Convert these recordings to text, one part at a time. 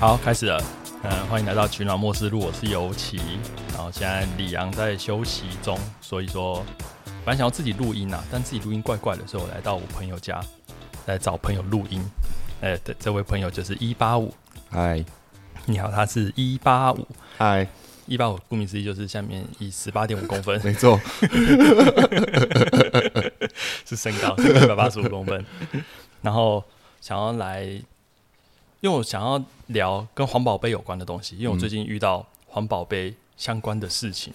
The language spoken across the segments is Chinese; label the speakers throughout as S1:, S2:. S1: 好，开始了。嗯，欢迎来到取暖末思路，我是尤其。然后现在李阳在休息中，所以说本来想要自己录音啊，但自己录音怪怪的，所以我来到我朋友家来找朋友录音。哎、对，这位朋友就是一八五，
S2: 嗨
S1: 你好，他是一八五，
S2: 嗨，
S1: 一八五，顾名思义就是下面以十八点五公分
S2: 没错，
S1: 是身高，是一百八十五公分，然后想要来，因为我想要聊跟环保杯有关的东西，因为我最近遇到环保杯相关的事情，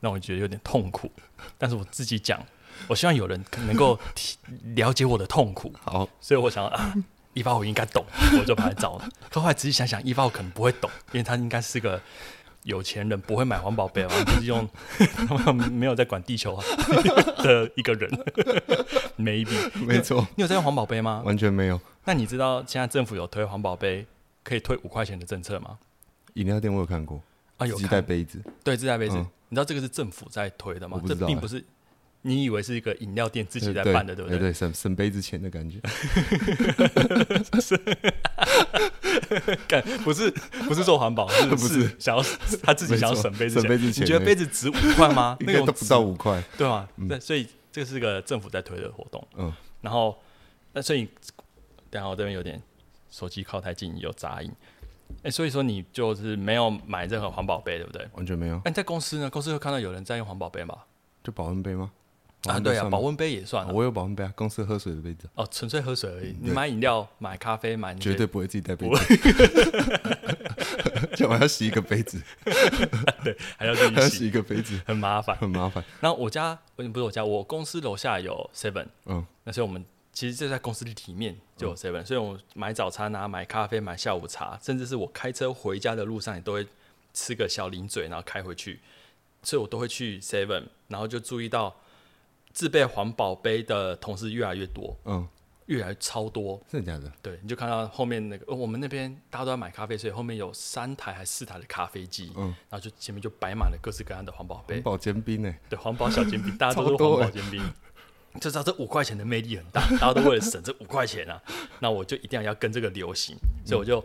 S1: 让我觉得有点痛苦，但是我自己讲，我希望有人能够体了解我的痛苦，
S2: 好，
S1: 所以我想 啊，一八五应该懂，我就跑来找。可后来仔细想想，一八五可能不会懂，因为他应该是个有钱人，不会买环保杯，然后就是用 他们没有在管地球啊 的一个人。maybe
S2: 没错，
S1: 你有在用环保杯吗？
S2: 完全没有。
S1: 那你知道现在政府有推环保杯可以退五块钱的政策吗？
S2: 饮料店我有看过，
S1: 啊，有
S2: 自己带
S1: 看
S2: 杯子，
S1: 对自带杯子，
S2: 嗯
S1: 你知道这个是政府在推的吗
S2: 我？不
S1: 这
S2: 知道
S1: 并
S2: 欸
S1: 不是。你以为是一个饮料店自己
S2: 对
S1: 在
S2: 对
S1: 办的，对不
S2: 哎
S1: 对？
S2: 对，省省杯子钱的感觉。
S1: 干不是不是做环保，是
S2: 不是
S1: 是想要他自己
S2: 没错
S1: 想要省杯子
S2: 省杯子钱
S1: 你觉得
S2: 欸
S1: 杯子值五块吗？
S2: 应
S1: 那
S2: 该
S1: 种
S2: 都不
S1: 值
S2: 到五块，
S1: 对吗？对，所以这是个政府在推的活动。
S2: 嗯，
S1: 然后那所以等一下我这边有点手机靠太近有杂音，哎，所以说你就是没有买任何环保杯，对不对？
S2: 完全没有。
S1: 那你在公司呢？公司会看到有人在用环保杯吗？
S2: 就保温杯吗？
S1: 啊，
S2: 温杯
S1: 对啊，
S2: 哦算
S1: 保
S2: 吗
S1: 温杯也算啊。
S2: 我有保温杯啊，公司喝水的杯子啊，
S1: 哦，纯粹喝水而已。你买饮料、买咖啡、买那些
S2: 绝对不会自己带杯 子，要我要洗一个杯 子，
S1: 还要自
S2: 还
S1: 己
S2: 要
S1: 洗，
S2: 洗一个杯子，
S1: 很麻烦。
S2: 很麻烦。
S1: 然后我家呃不是我家，我公司楼下有 Seven，
S2: 嗯，
S1: 那所以我们其实就在公司里面就有 seven，、所以我买早餐啊、买咖啡、买下午茶，甚至是我开车回家的路上，也都会吃个小零嘴，然后开回去。所以我都会去 seven，然后就注意到自备环保杯的同事越来越多，
S2: 嗯，
S1: 越来越超多。
S2: 真的假的？
S1: 对，你就看到后面那个，呃我们那边大家都在买咖啡，所以后面有三台还是四台的咖啡机，
S2: 嗯
S1: 然后就前面就摆满了各式各样的环保杯
S2: 环，保欸煎冰呢？
S1: 对，环保小煎饼，大家都是
S2: 超多
S1: 环保
S2: 欸
S1: 煎饼，就知道这五块钱的魅力很大，大家都为了省这五块钱啊， 那我就一定要跟这个流行，所以我就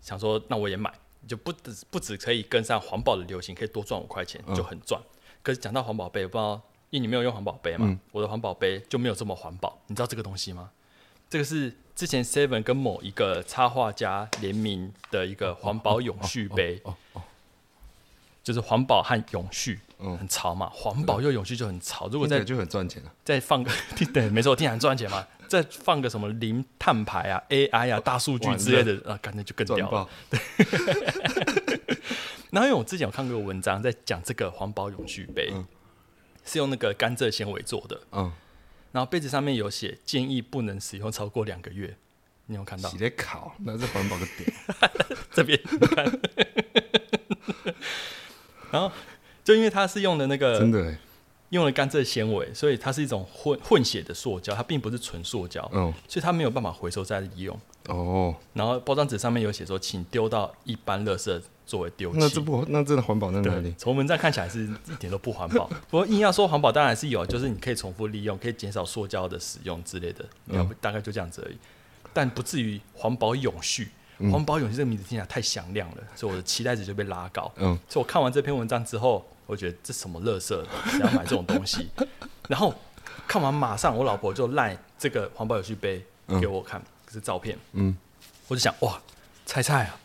S1: 想说，那我也买，就不只不只可以跟上环保的流行，可以多赚五块钱，
S2: 嗯
S1: 就很赚。可是讲到环保杯，不知道因为你没有用环保杯
S2: 嗯
S1: 嘛，我的环保杯就没有这么环保，你知道这个东西吗？这个是之前 Seven 跟某一个插画家联名的一
S2: 哦
S1: 个环保永续杯，就是环保和永续，
S2: 嗯
S1: 很潮嘛，环保又永续就很潮。如果
S2: 听起
S1: 再
S2: 来就很赚钱啊，
S1: 再放个， 对，没错，听起来很赚钱嘛，再放个什么零碳排啊、AI 啊、大数据之类的啊，感觉就更
S2: 哦赚
S1: 屌了
S2: 爆。！
S1: 然后因为我之前有看过文章在讲这个环保永续杯，
S2: 嗯
S1: 是用那个甘蔗纤维做的，
S2: 嗯，
S1: 然后杯子上面有写建议不能使用超过两个月，你有看到
S2: 洗？得烤，那是环保个点。
S1: 这边你看， 然后就因为它是用的那个
S2: 真的哎，
S1: 用了甘蔗纤维，所以它是一种混混血的塑胶，它并不是纯塑胶，
S2: 嗯，
S1: 所以它没有办法回收再利用。
S2: 哦，
S1: 然后包装纸上面有写说，请丢到一般垃圾作为丢弃。
S2: 那这不那真的环保在哪
S1: 对
S2: 里，？
S1: 从文章看起来是一点都不环 保。不过硬要说环保，当然是有，就是你可以重复利用，可以减少塑胶的使用之类的，
S2: 嗯
S1: 要不大概就这样子而已。但不至于环保永续。
S2: 嗯
S1: 环保永续这个名字听起来太响亮了，所以我的期待值就被拉高。
S2: 嗯，
S1: 所以我看完这篇文章之后，我觉得这什么垃圾，谁要买这种东 西？然后看完马上，我老婆就赖这个环保有趣杯
S2: 嗯
S1: 给我看，是照片。
S2: 嗯，
S1: 我就想，哇，菜菜啊，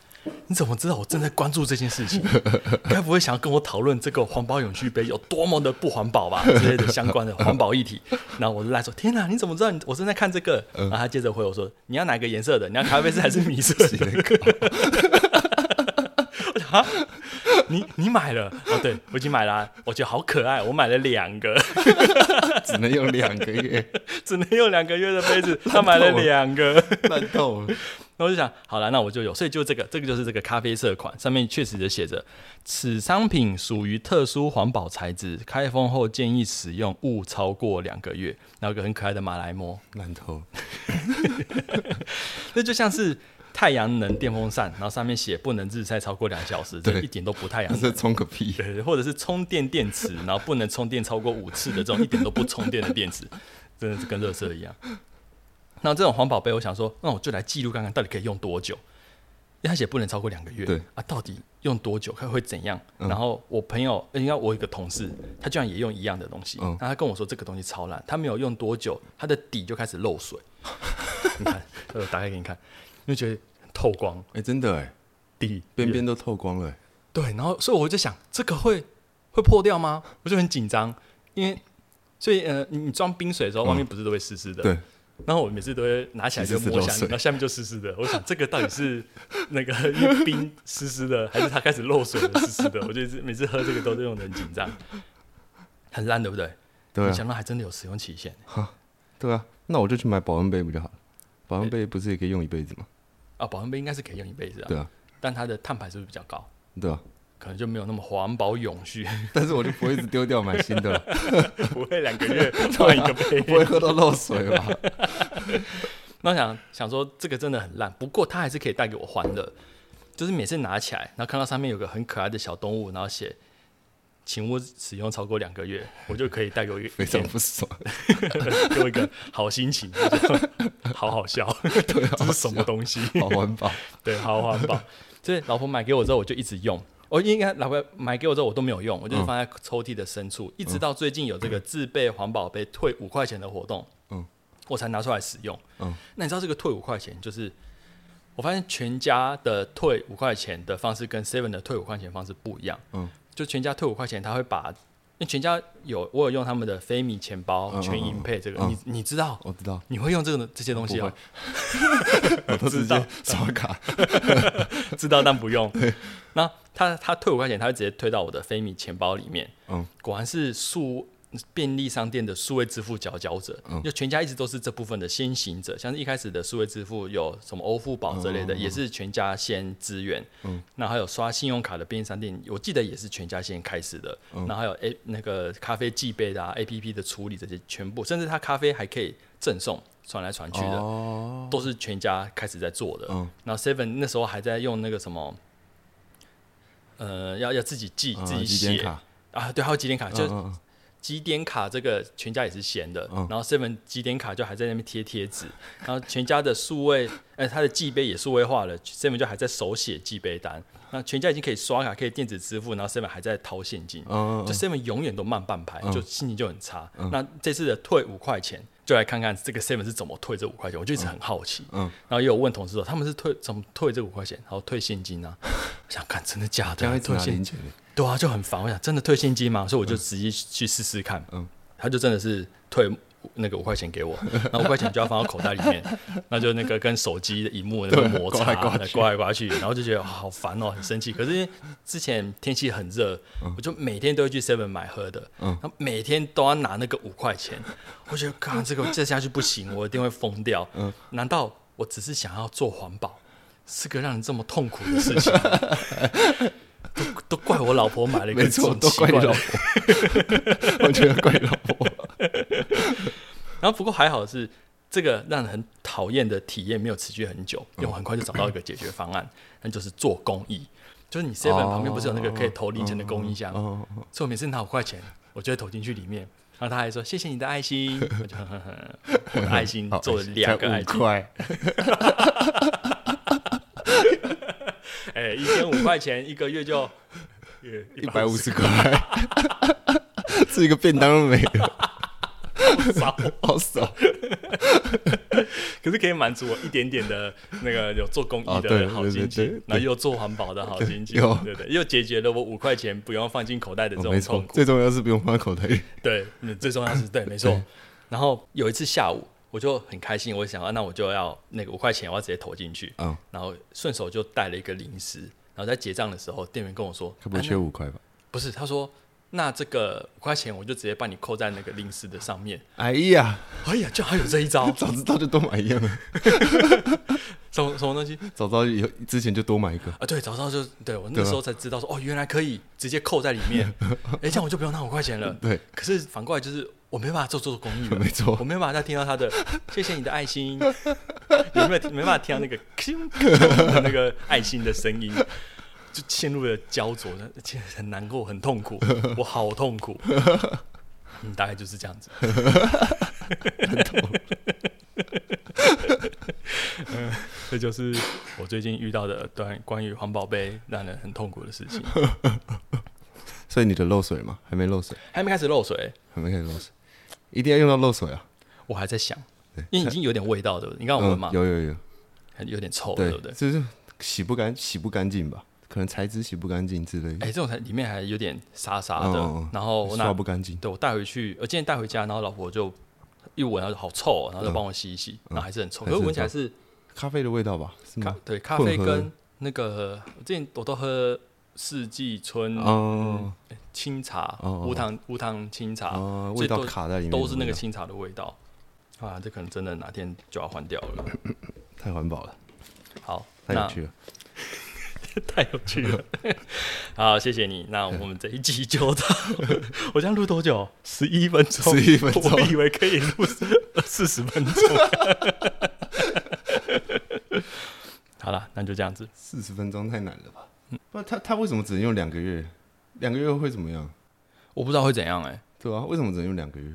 S1: 你怎么知道我正在关注这件事情？ 该不会想要跟我讨论这个环保永续杯有多么的不环保吧之类的相关的环保议题？然后我就赖说，天哪，你怎么知道你我正在看这个？然后他接着回我说，你要哪个颜色的？你要咖啡色还是米色的？ 啊你你买了哦？对，我已经买了啊、我觉得好可爱，我买了两个，
S2: 只能用两个月，
S1: 只能用两个月的杯子，他买了两个。
S2: 烂透了。
S1: 然后我就想，好了，那我就有，所以就这个，这个就是这个咖啡色款，上面确实的写着，此商品属于特殊环保材质，开封后建议使用勿超过两个月。然后有个很可爱的马来貘，
S2: 烂头，
S1: 那就像是太阳能电风扇，然后上面写不能日晒超过两小时，这
S2: 对
S1: 一点都不太阳
S2: 那
S1: 能。
S2: 是充个屁！
S1: 对，或者是充电电池，然后不能充电超过五次的这种一点都不充电的电池，真的是跟垃圾一样。那这种环保杯，我想说，那我就来记录看看到底可以用多久。为他写不能超过两个月，
S2: 对
S1: 啊，到底用多久，看会怎样？
S2: 嗯
S1: 然后我朋友，应该我有一个同事，他居然也用一样的东西，
S2: 嗯
S1: 然后他跟我说这个东西超烂，他没有用多久，他的底就开始漏水， 你看，呃，打开给你看，你就觉得透光
S2: 哎、真的哎、
S1: 底
S2: 边边都透光了、哎
S1: 对，然后所以我就想，这个会会破掉吗？我就很紧张，因为所以呃，你你装冰水的时候，外面不是都会湿湿的、
S2: 嗯对，
S1: 然后我每次都会拿起来
S2: 其
S1: 就
S2: 实是
S1: 摸
S2: 漏
S1: 下面，
S2: 水
S1: 然后下面就湿湿的。我想这个到底 是那个因为冰湿湿的，还是它开始漏水了湿湿的？我就一直每次喝这个都是用的很紧张，很烂，对不对？
S2: 对
S1: 没
S2: 啊，
S1: 想到还真的有使用期限。
S2: 对啊，那我就去买保温杯不就好了？保温杯不是也可以用一辈子吗？
S1: 啊，保温杯应该是可以用一辈子啊，
S2: 对啊，
S1: 但它的碳排是不是比较高？
S2: 对啊，
S1: 可能就没有那么环保永续，
S2: 但是我就不会一直丢掉买新的了，
S1: 不会两个月换一个杯。
S2: 不会喝到漏水吧？
S1: 那我想想说，这个真的很烂，不过它还是可以带给我欢乐。就是每次拿起来，然后看到上面有个很可爱的小动物，然后写“请勿使用超过两个月”，我就可以带给我一
S2: 非
S1: 个
S2: 常不爽。
S1: 给我一个好心情， 就好好笑，
S2: 对啊，
S1: 这是什么东西？
S2: 好 环保？
S1: 对，好好环保。所以老婆买给我之后，我就一直用。我应该老婆买给我之后，我都没有用，我
S2: 嗯
S1: 就是放在抽屉的深处，一直到最近有这个自备环保杯退五块钱的活动，
S2: 嗯
S1: 我才拿出来使用。
S2: 嗯
S1: 那你知道这个退五块钱，就是我发现全家的退五块钱的方式跟 Seven 的退五块钱方式不一样。
S2: 嗯，
S1: 就全家退五块钱，他会把因为全家有我有用他们的飞米钱包、
S2: 嗯嗯
S1: 全银配这个，
S2: 嗯
S1: 你你知道
S2: 我知道，
S1: 你会用这个这些东西哦、
S2: 我都直
S1: 知道
S2: 接刷卡。
S1: 知道但不用。那他他退五块钱，他会直接退到我的飞米钱包里面。
S2: 嗯，
S1: 果然是数便利商店的数位支付佼佼者，就全家一直都是这部分的先行者。像是一开始的数位支付有什么欧付宝之类的，也是全家先支援。嗯，那还有刷信用卡的便利商店，我记得也是全家先开始的。嗯，然后还有 A 那个咖啡寄杯的、啊、A P P 的处理这些，全部甚至它咖啡还可以赠送，传来嗯传去的。
S2: 哦，
S1: 都是全家开始在做的。
S2: 嗯
S1: 然后 Seven 那时候还在用那个什么，呃，要要自己记、
S2: 啊
S1: 自己
S2: 几点
S1: 写
S2: 卡，
S1: 啊，对，还有几点卡，就
S2: 嗯嗯
S1: 几点卡这个全家也是闲的。
S2: 嗯
S1: 然后 Seven 几点卡就还在那边贴贴纸， 然后全家的数位，呃，它的记杯也数位化了，Seven 就还在手写记杯单。那全家已经可以刷卡，可以电子支付，然后 Seven 还在掏现金。
S2: 嗯嗯
S1: 就 Seven 永远都慢半拍，
S2: 嗯
S1: 就心情就很差。那这次的退五块钱，就来看看这个 Seven 是怎么退这五块钱，我就一直很好奇。
S2: 嗯，
S1: 然后也有问同事说他们是退怎么退这五块钱，然后退现 金啊？我想看真的假
S2: 这
S1: 的啊？
S2: 样会
S1: 退
S2: 拿
S1: 现
S2: 零
S1: 金？
S2: 钱的。
S1: 对啊，就很烦。我想真的退现金吗？所以我就直接去试试看。
S2: 嗯
S1: 他就真的是退那个五块钱 给我，然后五块钱就要放到口袋里面，那就那个跟手机的荧幕那个
S2: 对
S1: 摩擦，
S2: 刮来刮去
S1: 刮来刮去，然后就觉得哇好烦哦，很生气。可是因为之前天气很热，我就每天都会去 Seven 买喝的，
S2: 嗯
S1: 然后每天都要拿那个五块钱，我觉得刚这个这下去不行，我一定会疯掉。
S2: 嗯
S1: 难道我只是想要做环保，是个让人这么痛苦的事情吗？都都怪我老婆买了一个
S2: 没
S1: 这
S2: 错，
S1: 种
S2: 都
S1: 奇
S2: 怪
S1: 怪
S2: 你
S1: 的
S2: 老婆。我觉得怪你老婆。
S1: 然后不过还好是这个让人很讨厌的体验没有持续很久，因
S2: 嗯
S1: 为我很快就找到一个解决方 案，那就是做公益。就是你 seven 旁边不是有那个可以投零钱的公益箱，
S2: 哦，
S1: 所以我每次拿五块钱，我就会投进去里面。然后他还说谢谢你的爱心，我就我的爱心
S2: 好
S1: 做了两个爱
S2: 才
S1: 心
S2: 五，块，
S1: 哎，一天五块钱，一个月就
S2: 一百五十块， 吃一个便当都没了，
S1: 少，
S2: 好爽。
S1: 可是可以满足我一点点的那个有做公益
S2: 哦对
S1: 的好心
S2: 对对
S1: 情
S2: 对，
S1: 然后又做环保的好心情
S2: 有，
S1: 对对，又解决了我五块钱不用放进口袋的这
S2: 哦
S1: 种
S2: 没错
S1: 痛，苦。
S2: 最重要是不用放在口袋里。
S1: 对，嗯，最重要是对，没错。然后有一次下午，我就很开心，我想啊，那我就要那个五块钱，我要直接投进去，
S2: 啊，
S1: 然后顺手就带了一个零食。然后在结账的时候，店员跟我说：“
S2: 他不会
S1: 啊
S2: 缺五块吧？
S1: 那不是，他说那这个五块钱我就直接帮你扣在那个零食的上面。
S2: 哎呀，”
S1: 哎呀，就还有这一招，
S2: 早知道就多买一样了，
S1: 什么什么东西
S2: 早知道以后之前就多买一个。
S1: 啊？对，早知道就对我那
S2: 对啊
S1: 时候才知道说哦，原来可以直接扣在里 面，哎，这样我就不用拿五块钱了。
S2: 对，
S1: 可是反过来就是我没办法做做公益了，
S2: 没错
S1: 我没办法再听到他的谢谢你的爱 心，也没有没办法听到那个的那个 爱心的声音，就陷入了焦灼，其实很难过，很痛 苦，我好痛苦，嗯，大概就是这样子。 嗯这就是我最近遇到的关关于环保杯让人很痛苦的事情。
S2: 所以你的漏水吗？还没漏水，
S1: 还没开始漏水，
S2: 还没开始漏水，一定要用到漏水啊！
S1: 我还在想，因为已经有点味道，对不对？你刚刚闻嘛
S2: 嗯，，有有有，
S1: 还有点臭，哦对
S2: 对
S1: 不对，？
S2: 就是洗不干洗不干净吧，可能材质洗不干净之类的
S1: 哎、，这种才里面还有点沙沙的，
S2: 嗯嗯嗯
S1: 然后我
S2: 刷
S1: 拿
S2: 不干净。
S1: 对我带回去，我今天带回家，然后老婆就一闻，然后就好臭、哦，然后就帮我洗一洗，然后还是很臭，
S2: 嗯还
S1: 可
S2: 是
S1: 是
S2: 很
S1: 闻起来是
S2: 咖啡的味道吧？是
S1: 咖
S2: 吗？
S1: 对咖啡
S2: 混合
S1: 跟那个我之前我都喝四季春嗯
S2: 哦
S1: 清茶，
S2: 哦
S1: 无糖无糖清茶，
S2: 哦，
S1: 啊所以
S2: 味道
S1: 都
S2: 卡在里面，
S1: 都是那
S2: 味
S1: 个
S2: 道
S1: 清茶的味道啊，这可能真的哪天就要换掉了。
S2: 太环保了，
S1: 好，
S2: 太
S1: 那
S2: 有趣了。
S1: 太有趣了。好，谢谢你。那我们这一集就到， 我这样录多久？十一分钟，
S2: 11分钟
S1: 我以为可以录四十分钟。 好了，那就这样子。
S2: 四十分钟太难了吧？不，他他为什么只能用两个月？两个月会怎么样？
S1: 我不知道会怎样哎、
S2: 对啊，为什么只能用两个月？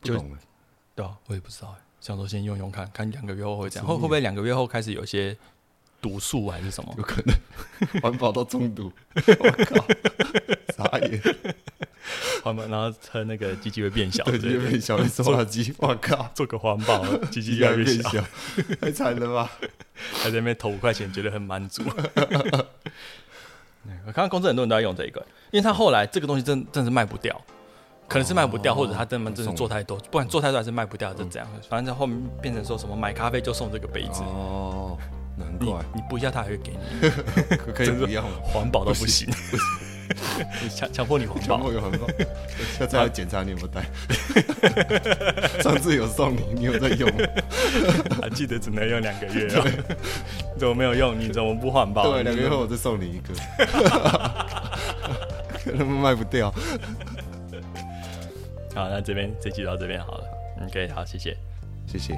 S2: 不
S1: 就
S2: 懂哎，
S1: 对啊，我也不知道哎、想说先用用看看两个月后会怎样，
S2: 什
S1: 会
S2: 么
S1: 会不会两个月后开始有一些毒素还是什么？
S2: 有可能环保到中毒， 我靠，傻眼，
S1: 他们然后喝那个鸡鸡会变小，
S2: 对，
S1: 对
S2: 就变小了，收垃圾，我靠，
S1: 做个环保，鸡鸡
S2: 机
S1: 越来
S2: 来
S1: 越
S2: 越
S1: 小，
S2: 小，太惨了 吧？
S1: 还在那边投五块钱，觉得很满足。 我看到公司很多人都在用这个，因为他后来这个东西真真是卖不掉，可能是卖不掉，
S2: 哦
S1: 或者他真的真的做太多，不然做太多还是卖不掉，就这样。反正在后面变成说什么买咖啡就送这个杯子，
S2: 哦，难
S1: 你
S2: 怪，
S1: 你不要他还会给你，
S2: 可可以不要吗？
S1: 环保都不行，强强迫你环
S2: 全
S1: 保
S2: 部。有环 保，下次要检查你有没 有带。上次有送你，你有在用吗？
S1: 还记得只能用两个月哦，你 怎么没有用？你怎么不环保？
S2: 对，两个月后我再送你一个， 可能卖不掉。
S1: 好，那这边这集到这边好了，嗯，可以，好，谢谢。
S2: 谢谢。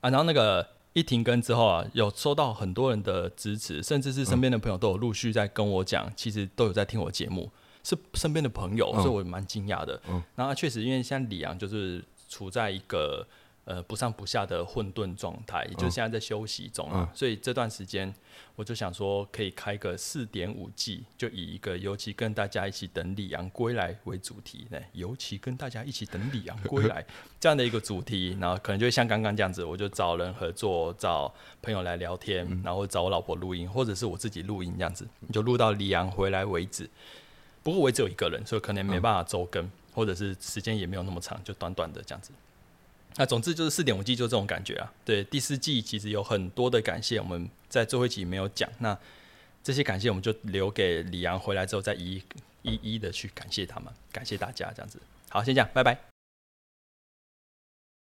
S1: 啊，然后那个一停更之后啊，有收到很多人的支持，甚至是身边的朋友都有陆续在跟我讲，其实都有在听我节目，是身边的朋友，
S2: 嗯
S1: 所以我蛮惊讶的。
S2: 嗯
S1: 然后确实，因为像李阳就是处在一个呃不上不下的混沌状态，
S2: 嗯
S1: 也就是现在在休息中啊，所以这段时间我就想说，可以开个四点五季，就以一个尤其跟大家一起等李阳归来为主题呢，尤其跟大家一起等李阳归 来这样的一个主题，然后可能就会像刚刚这样子，我就找人合作，找朋友来聊天，
S2: 嗯
S1: 然后找我老婆录音，或者是我自己录音这样子，就录到李阳回来为止。不过我也只有一个人，所以可能没办法周更，或者是时间也没有那么长，就短短的这样子。那总之就是四点五季就这种感觉啊。对，第四季其实有很多的感谢，我们在最后一集没有讲。那这些感谢我们就留给李阳回来之后再一一一的去感谢他们，感谢大家这样子。好，先这样，拜拜。